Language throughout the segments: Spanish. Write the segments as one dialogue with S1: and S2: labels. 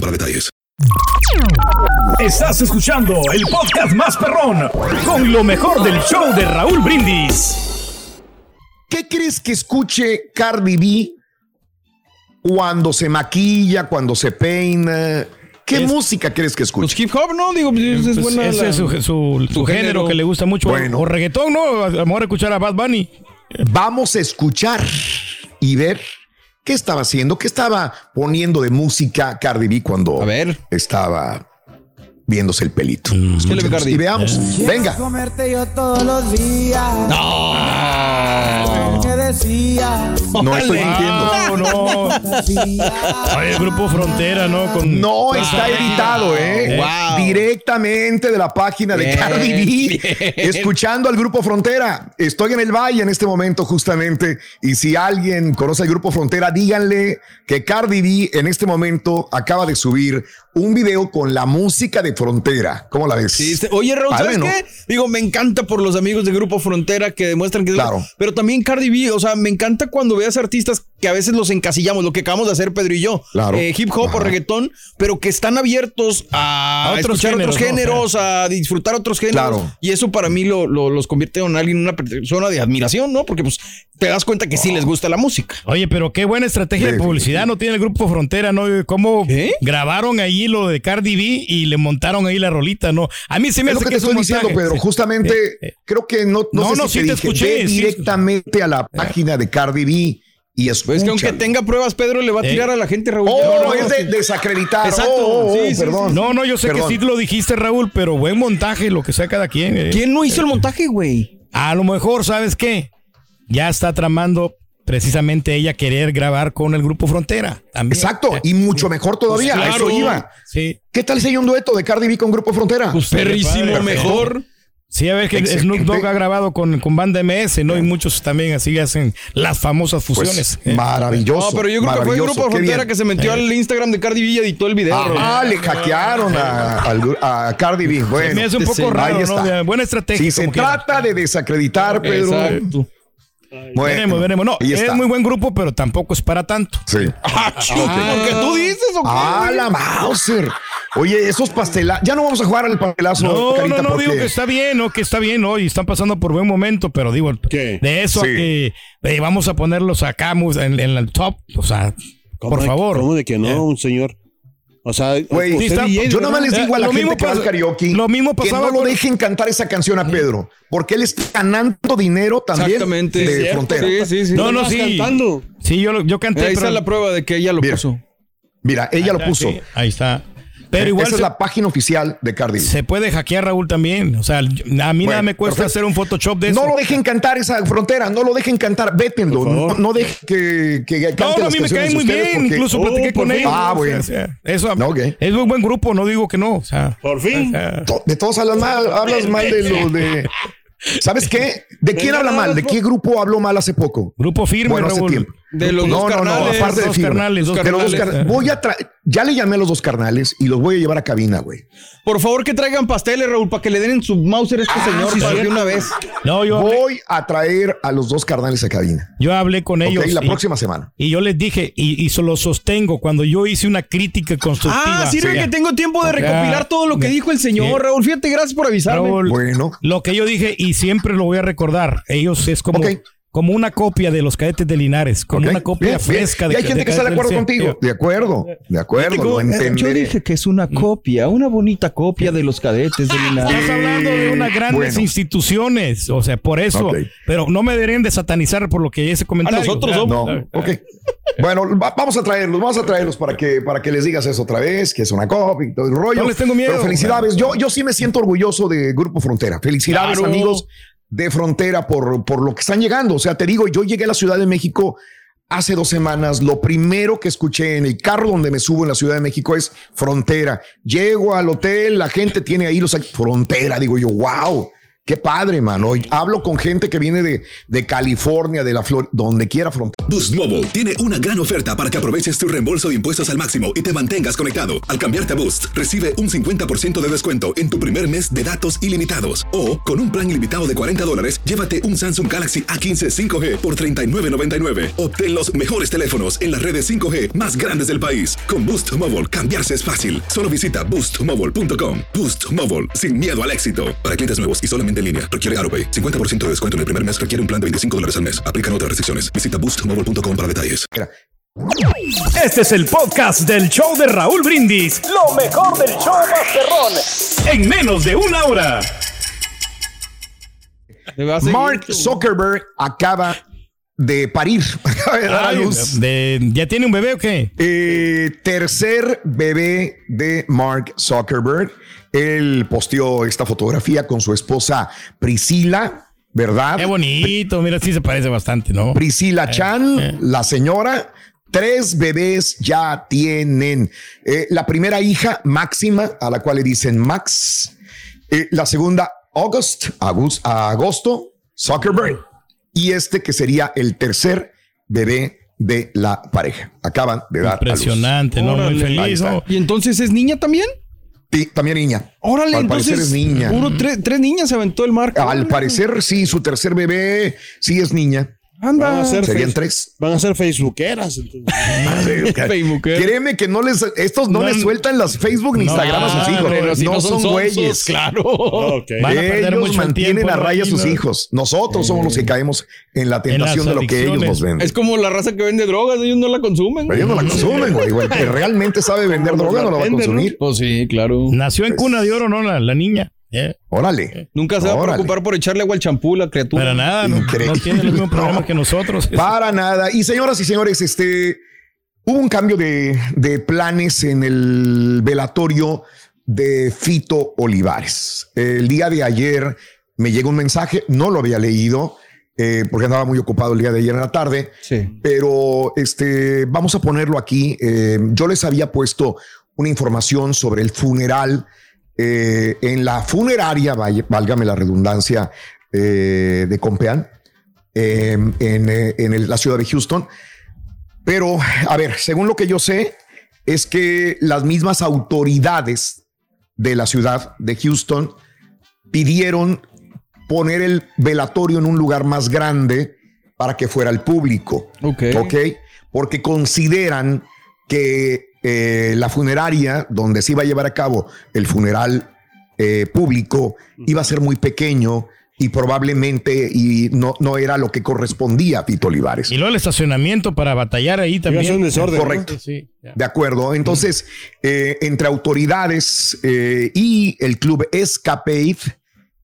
S1: para detalles.
S2: Estás escuchando el podcast más perrón con lo mejor del show de Raúl Brindis.
S3: ¿Qué crees que escuche Cardi B cuando se maquilla, cuando se peina? ¿Qué es, música crees que escuche?
S4: Pues hip hop, ¿no? Digo, es pues buena
S5: ese
S4: la,
S5: es su, su, su, su género, género, que le gusta mucho. Bueno. O reggaetón, ¿no? A lo mejor escuchar a Bad Bunny.
S3: Vamos a escuchar y ver qué estaba haciendo, qué estaba poniendo de música Cardi B cuando a ver. estaba viéndose el pelito.
S4: Mm. Cardi?
S3: Y veamos. Eh. Venga.
S6: comerte yo todos los días.
S4: No.
S6: Me decía.
S3: No estoy mintiendo.
S5: Ah, No, no. Ay, el grupo Frontera, ¿no? Con...
S3: No está editado, ¿eh? Wow. Directamente de la página de bien, Cardi B. Bien. Escuchando al grupo Frontera. Estoy en el Valle en este momento, justamente. Y si alguien conoce al grupo Frontera, díganle que Cardi B en este momento acaba de subir un video con la música de Frontera. ¿Cómo la ves?
S4: Sí, este, oye, Raúl, Padre, ¿sabes ¿no? qué? Digo, me encanta por los amigos del grupo Frontera que demuestran que.
S3: Claro.
S4: Pero también Cardi B, o sea, me encanta cuando veas artistas que a veces los encasillamos, lo que acabamos de hacer Pedro y yo.
S3: Claro.
S4: Eh, hip hop Ajá. o reggaetón, pero que están abiertos a, a otros escuchar géneros, otros géneros, ¿no? a disfrutar otros géneros.
S3: Claro.
S4: Y eso para mí lo, lo, los convierte en alguien, una persona de admiración, ¿no? Porque pues te das cuenta que sí les gusta la música.
S5: Oye, pero qué buena estrategia de publicidad no tiene el grupo Frontera, ¿no? ¿Cómo ¿Eh? grabaron ahí lo de Cardi B y le montaron ahí la rolita, ¿no? A mí se me
S3: es
S5: hace
S3: lo que, que, te estoy montaje. diciendo, Pedro. Justamente eh, eh. creo que no, no, no, sé no si sí te, te escuché. Ve sí, directamente a la página de Cardi B. Y es
S4: pues que aunque tenga pruebas, Pedro le va a tirar eh. a la gente, Raúl.
S3: Oh, no, es de desacreditar.
S4: Exacto. Oh,
S3: oh, sí, sí, perdón.
S5: No, no, yo sé perdón. que sí lo dijiste, Raúl, pero buen montaje lo que sea cada quien. Eh.
S4: ¿Quién no hizo el montaje, güey?
S5: A lo mejor, ¿sabes qué? Ya está tramando precisamente ella querer grabar con el grupo Frontera. También.
S3: Exacto, y mucho mejor todavía. Pues claro. A eso iba.
S5: Sí.
S3: ¿Qué tal si hay un dueto de Cardi B con Grupo Frontera?
S4: Pues perrísimo, mejor.
S5: Sí, a ver que Excelente. Snoop Dogg ha grabado con, con banda MS, ¿no? Y muchos también así hacen las famosas fusiones.
S3: Pues, maravilloso.
S4: No, Ah, pero yo creo que fue el grupo Frontera que se metió eh. al Instagram de Cardi B y editó el video.
S3: Ah, le hackearon a, a, Cardi B. Bueno, se
S5: me hace un poco raro, ¿no? De buena estrategia.
S3: Si se trata quiera. de desacreditar, Pedro. Exacto.
S5: Bueno, veremos, veremos. No, es muy buen grupo, pero tampoco es para tanto.
S3: Sí.
S4: Ah, porque tú dices o qué?
S3: Ah, la Mauser. Oye, esos pastelazos. Ya no vamos a jugar al pastelazo.
S5: No, Carita, no, no, porque... digo que está bien, no, que está bien, no, y están pasando por buen momento, pero digo,
S3: ¿Qué?
S5: de eso sí. a que eh, vamos a ponerlos acá en, en el top. O sea, por
S7: de,
S5: favor. Eh,
S7: ¿Cómo de que no, un señor? O
S4: Ah,
S7: sea,
S3: Wey, está, DJ, yo nada más les
S5: Eh,
S3: digo a la gente que va al karaoke
S5: lo mismo
S3: que no lo dejen cantar esa canción a Pedro, porque él está ganando dinero también
S4: Exactamente,
S3: de cierto, frontera.
S4: Sí, sí, sí.
S5: No, no, sí.
S4: Cantando.
S5: Sí, yo, yo canté. Ah,
S4: Ahí pero... está la prueba de que ella lo
S3: mira,
S4: puso.
S3: Mira, ella lo puso.
S5: Sí, ahí está.
S3: Pero igual Esa se, es la página oficial de Cardi.
S5: Se puede hackear Raúl también. O sea, a mí bueno, nada me cuesta perfecto. hacer un Photoshop de eso.
S3: No lo dejen cantar esa frontera, no lo dejen cantar, vétenlo. No, no dejen que, que cante
S5: No, a mí me cae muy bien. Porque... Incluso oh, platiqué con ellos.
S3: Ah, bueno. O
S5: sea, eso no, okay. es un buen grupo, no digo que no. O sea,
S7: por fin.
S3: To de todos hablas mal, hablas mal de lo de. ¿Sabes qué? ¿De quién habla mal? ¿De qué grupo habló mal hace poco?
S5: Grupo firme,
S3: bueno, hace
S5: Raúl.
S3: tiempo.
S4: De los no,
S3: dos no,
S4: carnales.
S3: No, aparte
S5: dos
S3: de firme.
S5: carnales, dos
S3: Pero carnales. Dos car voy a ya le llamé a los dos carnales y los voy a llevar a cabina, güey.
S4: Por favor, que traigan pasteles, Raúl, para que le den en su Mauser a este ah, señor sí, para una vez.
S5: No, yo
S3: voy a traer a los dos carnales a cabina.
S5: Yo hablé con ellos.
S3: Okay, la y, próxima semana.
S5: Y yo les dije, y, y lo sostengo, cuando yo hice una crítica constructiva.
S4: Ah, sirve sí, que tengo tiempo de recopilar ah, todo lo que dijo el señor, Raúl. Fíjate, gracias por avisarme. Raúl,
S3: bueno.
S5: Lo que yo dije, y siempre lo voy a recordar, ellos es como... Okay como una copia de los cadetes de Linares, como okay. una copia bien, fresca
S3: bien.
S5: de
S3: Y hay gente que está de acuerdo contigo. De acuerdo, de acuerdo, lo
S4: Yo dije que es una copia, una bonita copia de los cadetes de Linares.
S5: Estás hablando de unas grandes bueno. instituciones, o sea, por eso. Okay. Pero no me deberían de satanizar por lo que ese comentario.
S4: A nosotros ah,
S3: No, ok. bueno, vamos a traerlos, vamos a traerlos para que, para que les digas eso otra vez, que es una copia y todo el rollo.
S5: No les tengo miedo.
S3: Pero felicidades. Yo, yo sí me siento orgulloso de Grupo Frontera. Felicidades, claro. amigos de frontera por, por lo que están llegando. O sea, te digo, yo llegué a la Ciudad de México Hace dos semanas, lo primero que escuché en el carro donde me subo en la Ciudad de México es frontera. Llego al hotel, la gente tiene ahí los frontera. Digo yo, wow, qué padre, mano. Y hablo con gente que viene de, de California, de la Flor, donde quiera frontera.
S1: Boost Mobile tiene una gran oferta para que aproveches tu reembolso de impuestos al máximo y te mantengas conectado. Al cambiarte a Boost, recibe un 50% de descuento en tu primer mes de datos ilimitados. O, con un plan ilimitado de 40 dólares, llévate un Samsung Galaxy A15 5G por $39.99. Obtén los mejores teléfonos en las redes 5G más grandes del país. Con Boost Mobile, cambiarse es fácil. Solo visita boostmobile.com. Boost Mobile, sin miedo al éxito. Para clientes nuevos y solamente en línea, requiere AroPay. 50% de descuento en el primer mes requiere un plan de 25 dólares al mes. Aplican otras restricciones. Visita boostmobile.com para detalles.
S2: Este es el podcast del show de Raúl Brindis. Lo mejor del show Masterrón. En menos de una hora.
S4: Le va a seguir
S3: Mark
S4: tu-
S3: Zuckerberg acaba de parir, acaba de dar a
S5: Ay,
S3: luz.
S5: de- ¿Ya tiene un bebé o qué?
S3: Eh, tercer bebé de Mark Zuckerberg. Él posteó esta fotografía con su esposa Priscila, ¿verdad?
S5: Qué bonito, mira, sí se parece bastante, ¿no?
S3: Priscila Chan,
S5: eh.
S3: la señora. Tres bebés ya tienen. Eh, la primera hija, Máxima, a la cual le dicen Max. Eh, la segunda, August, Agus- Agosto, Zuckerberg. Y este que sería el tercer bebé de la pareja. Acaban de dar. a luz.
S5: Impresionante, ¿no? Muy
S4: Órale.
S3: Ahí
S5: feliz,
S3: está.
S5: ¿no?
S4: ¿Y entonces es niña también?
S3: Sí, también niña.
S4: Órale,
S3: Al
S4: entonces.
S3: parecer es niña.
S4: puro tres, tres niñas se aventó el marco.
S3: Al parecer, sí, su tercer bebé sí es niña.
S4: Anda.
S7: Van a ser,
S3: Serían
S7: face-
S3: tres.
S7: van a ser facebookeras. entonces.
S4: Facebooker.
S3: Créeme que no les, estos no,
S5: No,
S3: les sueltan las Facebook ni
S5: no,
S3: Instagram a sus
S5: ah,
S3: hijos.
S4: Pero si
S3: no, son
S4: sonsos,
S3: güeyes.
S4: Claro.
S7: Ah, ok.
S5: Van a perder
S3: ellos
S5: mucho
S3: mantienen
S5: tiempo
S3: a raya a
S5: ahí,
S3: sus
S5: ¿no?
S3: hijos. Nosotros somos los que caemos en la
S5: En las
S3: tentación de lo que ellos
S5: adicciones.
S3: nos venden.
S4: Es como la raza que vende drogas, ellos no la consumen.
S3: Pero ellos no la consumen, güey. güey. El que realmente sabe vender droga no la va a
S4: Venden, ¿no?
S3: consumir.
S4: Pues sí, claro.
S5: Nació en cuna de oro, ¿no? La, la niña. ¿eh?
S3: Órale.
S4: Nunca se va a
S3: Órale.
S4: preocupar por echarle agua al champú la criatura.
S5: Para nada, no,
S3: Increíble.
S5: no tiene los mismos problemas
S3: No.
S5: que nosotros.
S3: Para nada. Y señoras y señores, este hubo un cambio de, de planes en el velatorio de Fito Olivares. El día de ayer me llegó un mensaje, no lo había leído eh, porque andaba muy ocupado el día de ayer en la tarde,
S4: Sí.
S3: pero este vamos a ponerlo aquí. Eh, yo les había puesto una información sobre el funeral eh, en la funeraria, vaya- válgame la redundancia, eh, de Compeán eh, en, eh, en el- la ciudad de Houston. Pero, a ver, según lo que yo sé, es que las mismas autoridades de la ciudad de Houston pidieron poner el velatorio en un lugar más grande para que fuera el público.
S4: Ok.
S3: ¿ok? Porque consideran que eh, la funeraria donde se iba a llevar a cabo el funeral eh, público iba a ser muy pequeño y probablemente y no, no era lo que correspondía a Pito Olivares.
S5: Y luego el estacionamiento para batallar ahí
S7: Iba a ser un
S5: también.
S7: desorden.
S3: Correcto.
S5: Sí, ya.
S3: De acuerdo. Entonces, eh, entre autoridades eh, y el club Escapade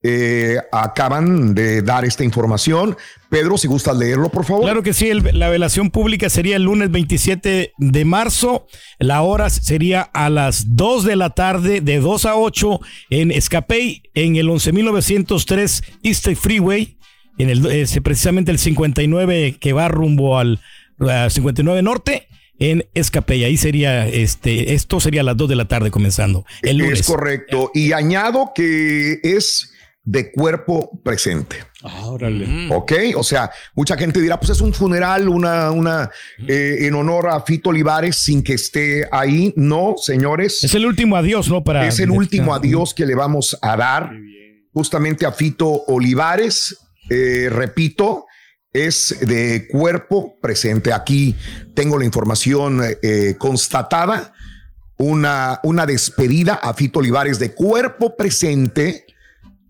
S3: eh, acaban de dar esta información. Pedro, si gustas leerlo, por favor.
S5: Claro que sí, el- la velación pública sería el lunes 27 de marzo. La hora sería a las 2 de la tarde, de 2 a 8, en Escapey, en el 11903 East Freeway, en el, es precisamente el 59 que va rumbo al a 59 Norte. En Escapey, ahí sería este, esto sería a las 2 de la tarde comenzando. El lunes.
S3: Es correcto. Y añado que es de cuerpo presente.
S7: Ah, órale.
S3: Ok, o sea, mucha gente dirá, pues es un funeral, una, una
S5: Mm.
S3: eh, en honor a Fito Olivares sin que esté ahí. No, señores,
S5: Es el último adiós, ¿no? Para
S3: es el último adiós que le vamos a dar justamente a Fito Olivares. Eh, repito, es de cuerpo presente. Aquí tengo la información eh, constatada. Una, una despedida a Fito Olivares de cuerpo presente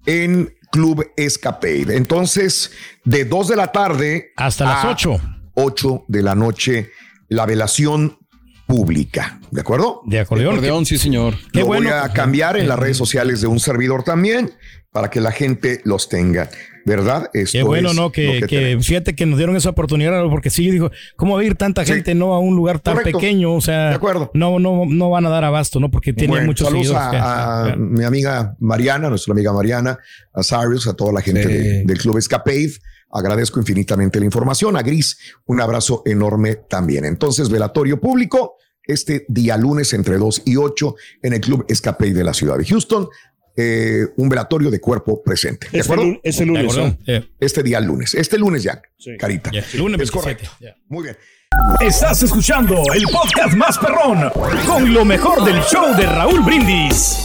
S3: en Club Escapade. Entonces, de 2 de la tarde
S5: Hasta las
S3: a
S5: 8.
S3: 8 de la noche, la velación pública. ¿De acuerdo?
S5: De acordeón.
S4: Acordeón, sí, señor.
S5: Qué
S3: lo
S5: bueno.
S3: voy a cambiar en las redes sociales de un servidor también para que la gente los tenga, ¿verdad? Esto
S5: Qué bueno,
S3: es
S5: ¿no?
S3: lo
S5: Que, que
S3: tenemos.
S5: fíjate que nos dieron esa oportunidad, porque sí, digo, ¿cómo va a ir tanta
S3: Sí.
S5: gente, no? A un lugar tan
S3: Correcto.
S5: pequeño, o sea,
S3: De acuerdo.
S5: No, no, no van a dar abasto, ¿no? Porque tienen
S3: Bueno,
S5: muchos
S3: saludos
S5: seguidores.
S3: a, a mi amiga Mariana, nuestra amiga Mariana, a Sarius, a toda la gente
S4: Sí.
S3: de- del Club Escapade, Agradezco infinitamente la información. A Gris, un abrazo enorme también. Entonces, velatorio público este día lunes entre 2 y 8 en el Club Escapey de la ciudad de Houston. Eh, un velatorio de cuerpo presente. ¿De
S7: Este,
S3: acuerdo?
S7: lu- este lunes. ¿no?
S3: Este día lunes. Este lunes ya,
S7: Sí.
S3: Carita.
S5: Lunes
S3: Es correcto. Muy bien.
S2: Estás escuchando el podcast más perrón con lo mejor del show de Raúl Brindis.